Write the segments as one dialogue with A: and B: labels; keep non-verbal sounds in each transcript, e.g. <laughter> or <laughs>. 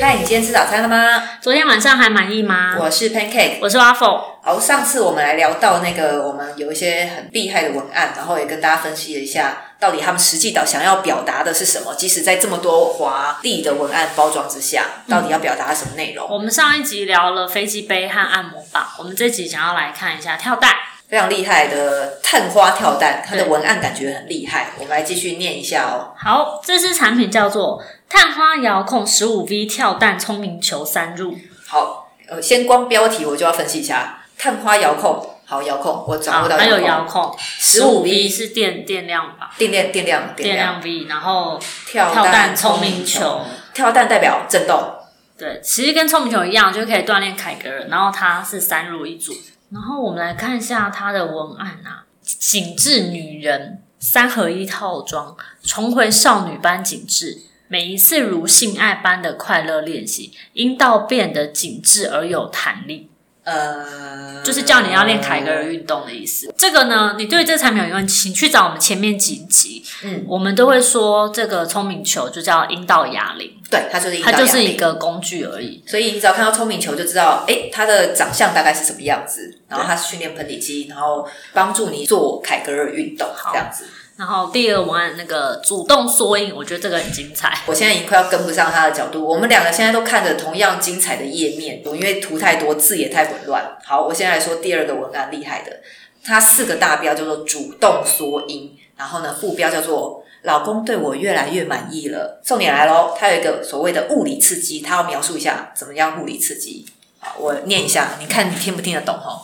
A: 嗨，你今天吃早餐了吗？
B: 昨天晚上还满意吗？
A: 我是 Pancake。
B: 我是 Waffle，
A: 好，上次我们来聊到那个，我们有一些很厉害的文案，然后也跟大家分析了一下，到底他们实际到想要表达的是什么。即使在这么多华丽的文案包装之下，到底要表达什么内容？
B: 我们上一集聊了飞机杯和按摩棒，我们这集想要来看一下跳蛋。
A: 非常厉害的探花跳蛋，它的文案感觉很厉害。我们来继续念一下哦。
B: 好，这支产品叫做探花遥控十五 V 跳蛋聪明球三入。
A: 好，呃，先光标题我就要分析一下，探花遥控，好遥控，我掌握到
B: 啊哎还有
A: 遥
B: 遥
A: 控，
B: 控，
A: 十
B: 五
A: 五
B: V
A: V
B: 是电电量吧？
A: 电量电量
B: 电量 V，然后
A: 跳
B: 跳蛋
A: 蛋
B: 聪明球，
A: 跳蛋代表震动。
B: 对，其实跟聪明球一样，就可以锻炼凯格尔，然后它是三入一组。然后我们来看一下它的文案啊，紧致女人三合一套装，重回少女般紧致。每一次如性爱般的快乐练习，阴道变得紧致而有弹力，
A: 呃，
B: 就是叫你要练凯格尔运动的意思。这个呢，你对这个产品有疑问，请去找我们前面几集，
A: 嗯，
B: 我们都会说这个聪明球就叫阴道哑铃，
A: 对，它就是一个
B: 它
A: 导
B: 就
A: 氧
B: 是一
A: 力
B: 个工具而已。
A: 所以你只要看到聪明球就知道，哎，它的长相大概是什么样子，然后它是训练盆底肌，然后帮助你做凯格尔运动
B: 好
A: 这样子。
B: 然后第二个文案那个主动缩影，我觉得这个很精彩。
A: 我现在已经快要跟不上他的角度，我们两个现在都看着同样精彩的页面，因为图太多，字也太混乱。好，我先来说第二个文案厉害的，它四个大标叫做主动缩阴，然后呢副标叫做老公对我越来越满意了。重点来喽，它有一个所谓的物理刺激，它要描述一下怎么样物理刺激。好，我念一下，你看你听不听得懂哈？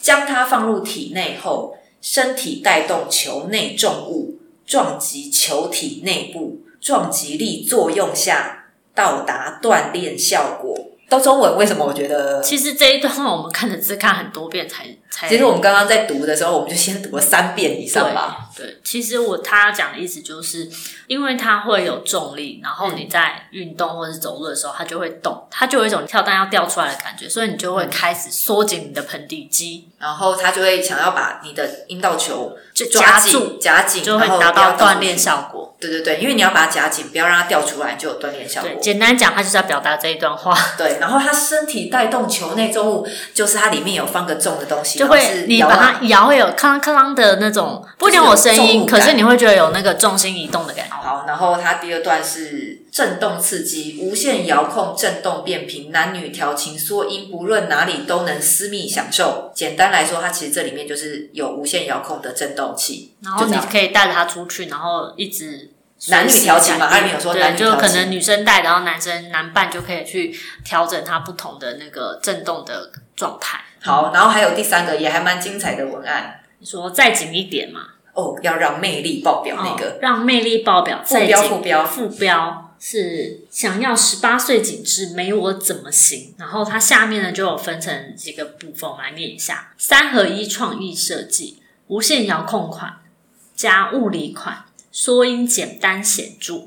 A: 将它放入体内后，身体带动球内重物撞击球体内部，撞击力作用下到达锻炼效果。都中文为什么？我觉得，
B: 其实这一段我们看的字看很多遍才才，
A: 其实我们刚刚在读的时候，我们就先读了三遍以上吧。
B: 对对，其实我他讲的意思就是，因为它会有重力，然后你在运动或者是走路的时候，它就会动，它就有一种跳蛋要掉出来的感觉，所以你就会开始缩紧你的盆底肌，
A: 然后他就会想要把你的阴道球
B: 就
A: 抓
B: 夹住，
A: 紧、夹紧，
B: 就会
A: 然后
B: 达
A: 不要
B: 到锻
A: 出
B: 炼
A: 去。
B: 效果。
A: 对对对，因为你要把它夹紧，不要让它掉出来，就有锻炼效果
B: 对，。简单讲，他就是要表达这一段话，
A: 对，然后它身体带动球内重物，就是它里面有放个重的东西，
B: 就
A: 然后
B: 会
A: 是
B: 你
A: 摇
B: 把
A: 啊
B: 它摇会有咔啷咔啷的那种，不一定
A: 就是有
B: 有声
A: 重
B: 音，
A: 物
B: 可是
A: 感
B: 你会觉得有那个重心移动的感觉。
A: 好，然后它第二段是震动刺激，无限遥控震动变频，男女调情缩阴，不论哪里都能私密享受。简单来说，它其实这里面就是有无限遥控的震动器，
B: 然后
A: 就这
B: 你
A: 样
B: 可以带着他出去，然后一直
A: 男女调情嘛
B: 随时改变
A: 他没有说男女
B: 对，就
A: 调情
B: 可能女生带，然后男生男伴就可以去调整他不同的那个震动的状态。
A: 好，然后还有第三个也还蛮精彩的文案
B: 你说再紧一点嘛，
A: 哦，要让魅力爆表那
B: 哦
A: 个、
B: 让魅力爆表，
A: 副
B: 再
A: 标
B: 紧
A: 副标，
B: 副标是想要十八岁紧致，没我怎么行？然后它下面呢就有分成几个部分，我们来念一下：三合一创意设计、无线遥控款加物理款，缩音简单显著。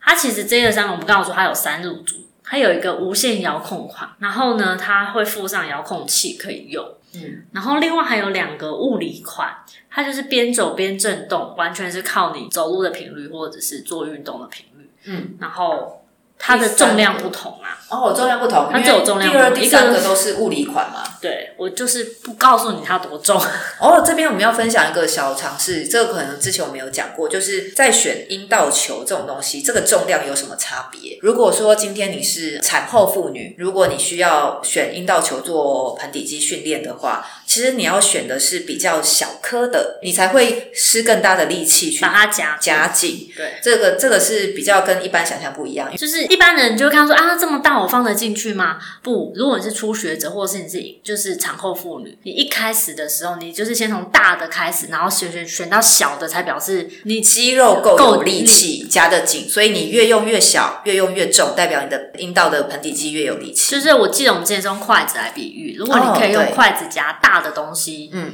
B: 它其实这个三个我们刚刚说它有三入组，它有一个无线遥控款，然后呢它会附上遥控器可以用。
A: 嗯，
B: 然后另外还有两个物理款，它就是边走边震动，完全是靠你走路的频率或者是做运动的频率。
A: 嗯，
B: 然后它的重量不同啊。
A: 哦，重量不同，
B: 它
A: 因为
B: 只有重量
A: 第二、
B: 不同
A: 第
B: 一个
A: 三个都是物理款嘛，
B: <laughs> 对我就是不告诉你它多重， <laughs>
A: 哦，这边我们要分享一个小常识，这个可能之前我们有讲过，就是在选阴道球这种东西，这个重量有什么差别？如果说今天你是产后妇女，如果你需要选阴道球做盆底肌训练的话，其实你要选的是比较小颗的，你才会施更大的力气去
B: 把它夹住
A: 夹紧。
B: 对。
A: 这个这个是比较跟一般想象不一样，
B: 就是一般人就会看到说啊，这么大我放得进去吗？不，如果你是初学者，或者是你是就是产后妇女，你一开始的时候，你就是先从大的开始，然后选选选到小的，才表示你
A: 肌肉够
B: 够
A: 有力气，夹得紧，所以你越用越小，越用越重，代表你的阴道的盆底肌越有力气。
B: 就是我记得我们之前是用筷子来比喻，如果你可以
A: 哦
B: 用
A: 对
B: 筷子夹大的东西，
A: 嗯，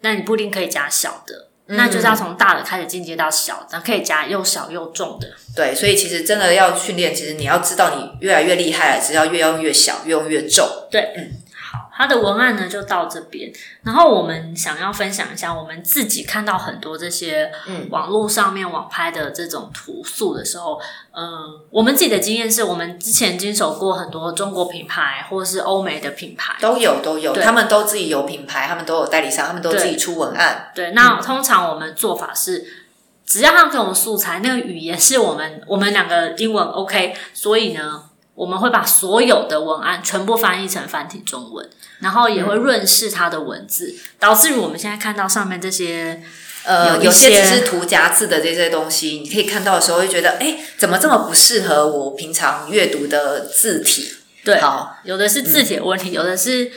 B: 那你不一定可以夹小的，那就是要从大的开始进阶到小的，可以夹又小又重的。
A: 对，所以其实真的要训练，其实你要知道你越来越厉害了，只要越用越小，越用越重。
B: 好，它的文案呢就到这边。然后我们想要分享一下，我们自己看到很多这些
A: 嗯
B: 网络上面网拍的这种图素的时候，嗯，我们自己的经验是我们之前经手过很多中国品牌或是欧美的品牌，
A: 都有都有，
B: 对
A: 他们都自己有品牌，他们都有代理商，他们都自己出文案。
B: 对，那通常我们做法是，只要他们给我们素材，那个语言是我们我们两个英文 OK，所以呢，我们会把所有的文案全部翻译成繁体中文，然后也会润饰它的文字，导致于我们现在看到上面这些
A: 呃，
B: 有一
A: 有些
B: 些
A: 只是涂夹字的这些东西，你可以看到的时候会觉得，哎，怎么这么不适合我平常阅读的字体？
B: 对，
A: 好
B: 有的是字体的问题，有的是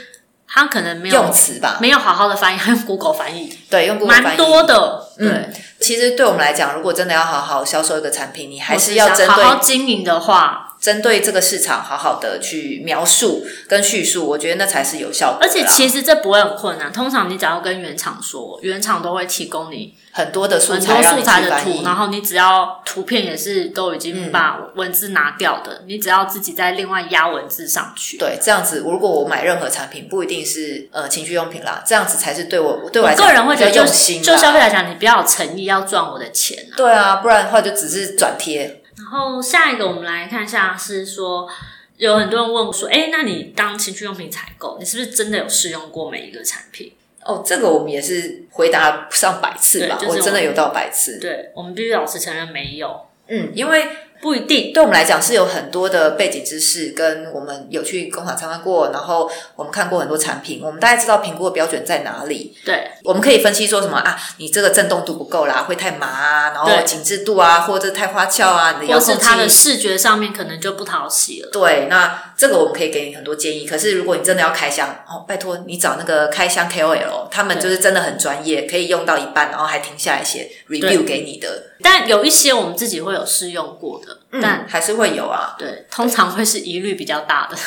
B: 它可能没
A: 嗯用
B: 有
A: 词吧，
B: 没有好好的翻译，还用 Google 翻译，
A: 对，用 Google 翻
B: 蛮
A: 译
B: 多的，对。
A: 嗯其实对我们来讲，如果真的要好好销售一个产品，你还是
B: 或
A: 要
B: 想
A: 针
B: 好
A: 对
B: 好经营的话，
A: 针对这个市场好好的去描述跟叙述，我觉得那才是有效果的
B: 而
A: 啦。
B: 且其实这不会很困难。通常你只要跟原厂说，原厂都会提供你
A: 很多的素
B: 很多
A: 材让
B: 素
A: 你去
B: 材的
A: 翻
B: 图，
A: 译，嗯
B: 然后你只要图片也是都已经把文字拿掉的，你只要自己再另外压文字上去。
A: 对，这样子，如果我买任何产品，不一定是呃情趣用品啦，这样子才是对我对我来
B: 我
A: 讲
B: 个人会觉得
A: 比较用
B: 就，是
A: 心
B: 就消
A: 啦。
B: 费来讲，你比较有诚意，要赚我的钱啊、
A: 对啊，不然的话就只是转贴。
B: 然后下一个我们来看一下，是说有很多人问我说：“哎，那你当情趣用品采购，你是不是真的有试用过每一个产品？”
A: 哦，这个我们也是回答上百次吧，
B: 对就是
A: 我真的
B: 我
A: 有到百次。
B: 对我们必须老实承认，没有，
A: 嗯，因为
B: 不一定。
A: 对我们来讲是有很多的背景知识，跟我们有去工厂参观过，然后我们看过很多产品，我们大概知道评估的标准在哪里。
B: 对
A: 我们可以分析说什么啊，你这个震动度不够啦，会太麻啊，然后
B: 对
A: 紧致度啊，或者太花俏啊，你的遥
B: 或是
A: 控器
B: 它的视觉上面可能就不讨喜了。
A: 对，那这个我们可以给你很多建议。可是如果你真的要开箱，哦，拜托你找那个开箱 KOL，他们就是真的很专业，可以用到一半，然后还停下来写 review 给你的，
B: 但有一些我们自己会有试用过的，但
A: 嗯，还是会有啊。
B: 对，通常会是疑虑比较大的。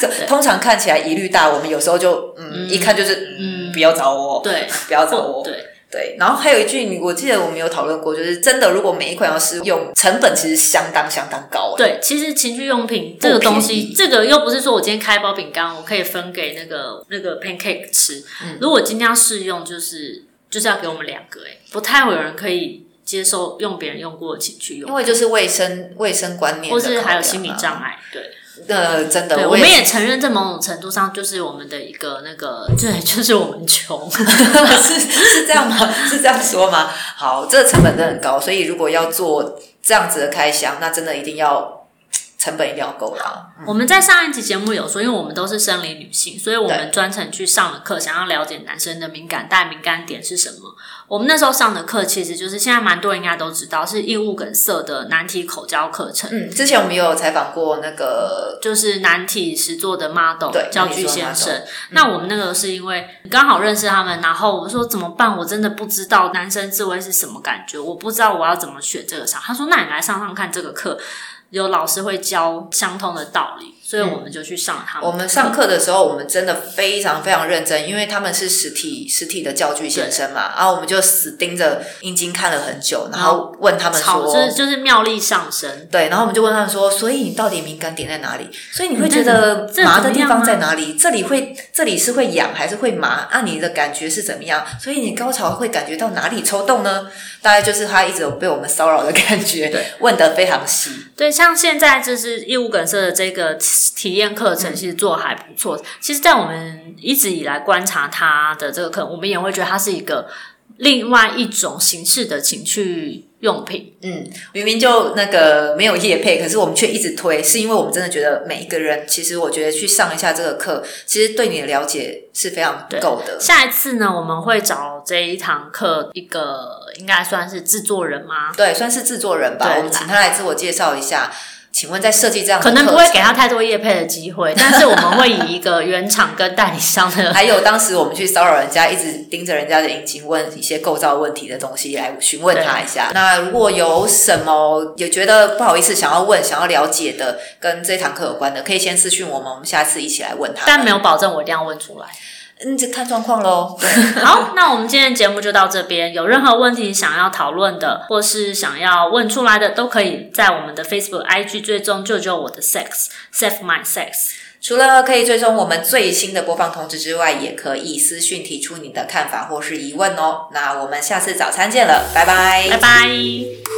A: 这通常看起来疑虑大，我们有时候就嗯，一看就是嗯，不要找我，
B: 对，
A: <laughs> 不要找
B: 或
A: 我，
B: <laughs> 对
A: 对。然后还有一句，你我记得我们有讨论过，就是真的，如果每一款要试用，成本其实相当相当高、欸，
B: 对，其实情趣用品这个东
A: 便
B: 西，
A: 宜
B: 这个又不是说我今天开包饼干，我可以分给那个那个 pancake 吃。
A: 嗯
B: 如果今天要试用，就是就是要给我们两个、欸，不太会有人可以接受用别人用过的情趣用
A: 因
B: 品，
A: 为就是卫生卫生观念、
B: 或是还有心理。障碍，对。
A: 啊 <laughs> 呃，真的，
B: 对，
A: 我
B: 我们
A: 也
B: 也承认，在某种程度上就是我们的一个那个， <laughs> 对，就是我们穷。
A: 是 <laughs> 是这样吗？是这样说吗？好，这个成本真的很高，所以如果要做这样子的开箱，那真的一定要成本一定要够啦。
B: 我们在上一期节目有说，因为我们都是生理女性，所以我
A: 对
B: 们专程去上了课，想要了解男生的敏感带、敏感点是什么。我们那时候上的课其实就是现在蛮多人应该都知道，是异物梗塞的难题口交课程，
A: 嗯，之前我们也有采访过那个，
B: 就是难题实作的 model
A: 对
B: 教具先生。
A: 嗯
B: 那我们那个是因为刚好认识他们，然后我说怎么办？我真的不知道男生自慰是什么感觉，我不知道我要怎么选这个上。他说那你来上上看这个课。有老师会教相通的道理，所以我们就去上他们
A: 嗯
B: 的
A: 我们上课的时候，我们真的非常非常认真，因为他们是实体实体的教具先生嘛，然后我们就死盯着阴茎看了很久，然后问他们
B: 吵，
A: 说，
B: 就是就是妙力上升。
A: 对，然后我们就问他们说，所以你到底敏感点在哪里？所以你会觉得
B: 嗯这
A: 麻
B: 怎
A: 的
B: 么
A: 地
B: 样
A: 方
B: 啊
A: 在哪里？这里会，这里是会痒还是会麻？啊，你的感觉是怎么样？所以你高潮会感觉到哪里抽动呢？大概就是他一直有被我们骚扰的感觉，
B: 对，
A: 问得非常细。
B: 对，像现在就是义务梗塞的这个体体验课程，
A: 嗯
B: 其实做得还不错。其实，在我们一直以来观察它的这个课，我们也会觉得它是一个另外一种形式的情趣用品。
A: 嗯，明明就那个没有业配，可是我们却一直推，是因为我们真的觉得每一个人，其实我觉得去上一下这个课，其实对你的了解是非常
B: 对
A: 够的。
B: 下一次呢，我们会找这一堂课一个应该算是制作人吗？
A: 对，算是制作人吧，
B: 对
A: 我们请他来自我介绍一下。请问在设计这样的
B: 可能
A: 课
B: 不会
A: 程
B: 给他太多业配的机会，但是我们会以一个原厂跟代理商的
A: <laughs> <laughs> 还有当时我们去骚扰人家，一直盯着人家的引擎问一些构造问题的东西来询问他一下。那如果有什么也觉得不好意思想要问、想要了解的，跟这堂课有关的，可以先私讯我们，我们下次一起来问他。
B: 但没有保证我一定要问出来。
A: 嗯，这看状况喽。
B: 好，那我们今天的节目就到这边。有任何问题想要讨论的，或是想要问出来的，都可以在我们的 Facebook、IG 追踪“救救我的 sex”，save my sex。
A: 除了可以追踪我们最新的播放通知之外，也可以私讯提出你的看法或是疑问哦。那我们下次早餐见了，拜拜。
B: 拜拜。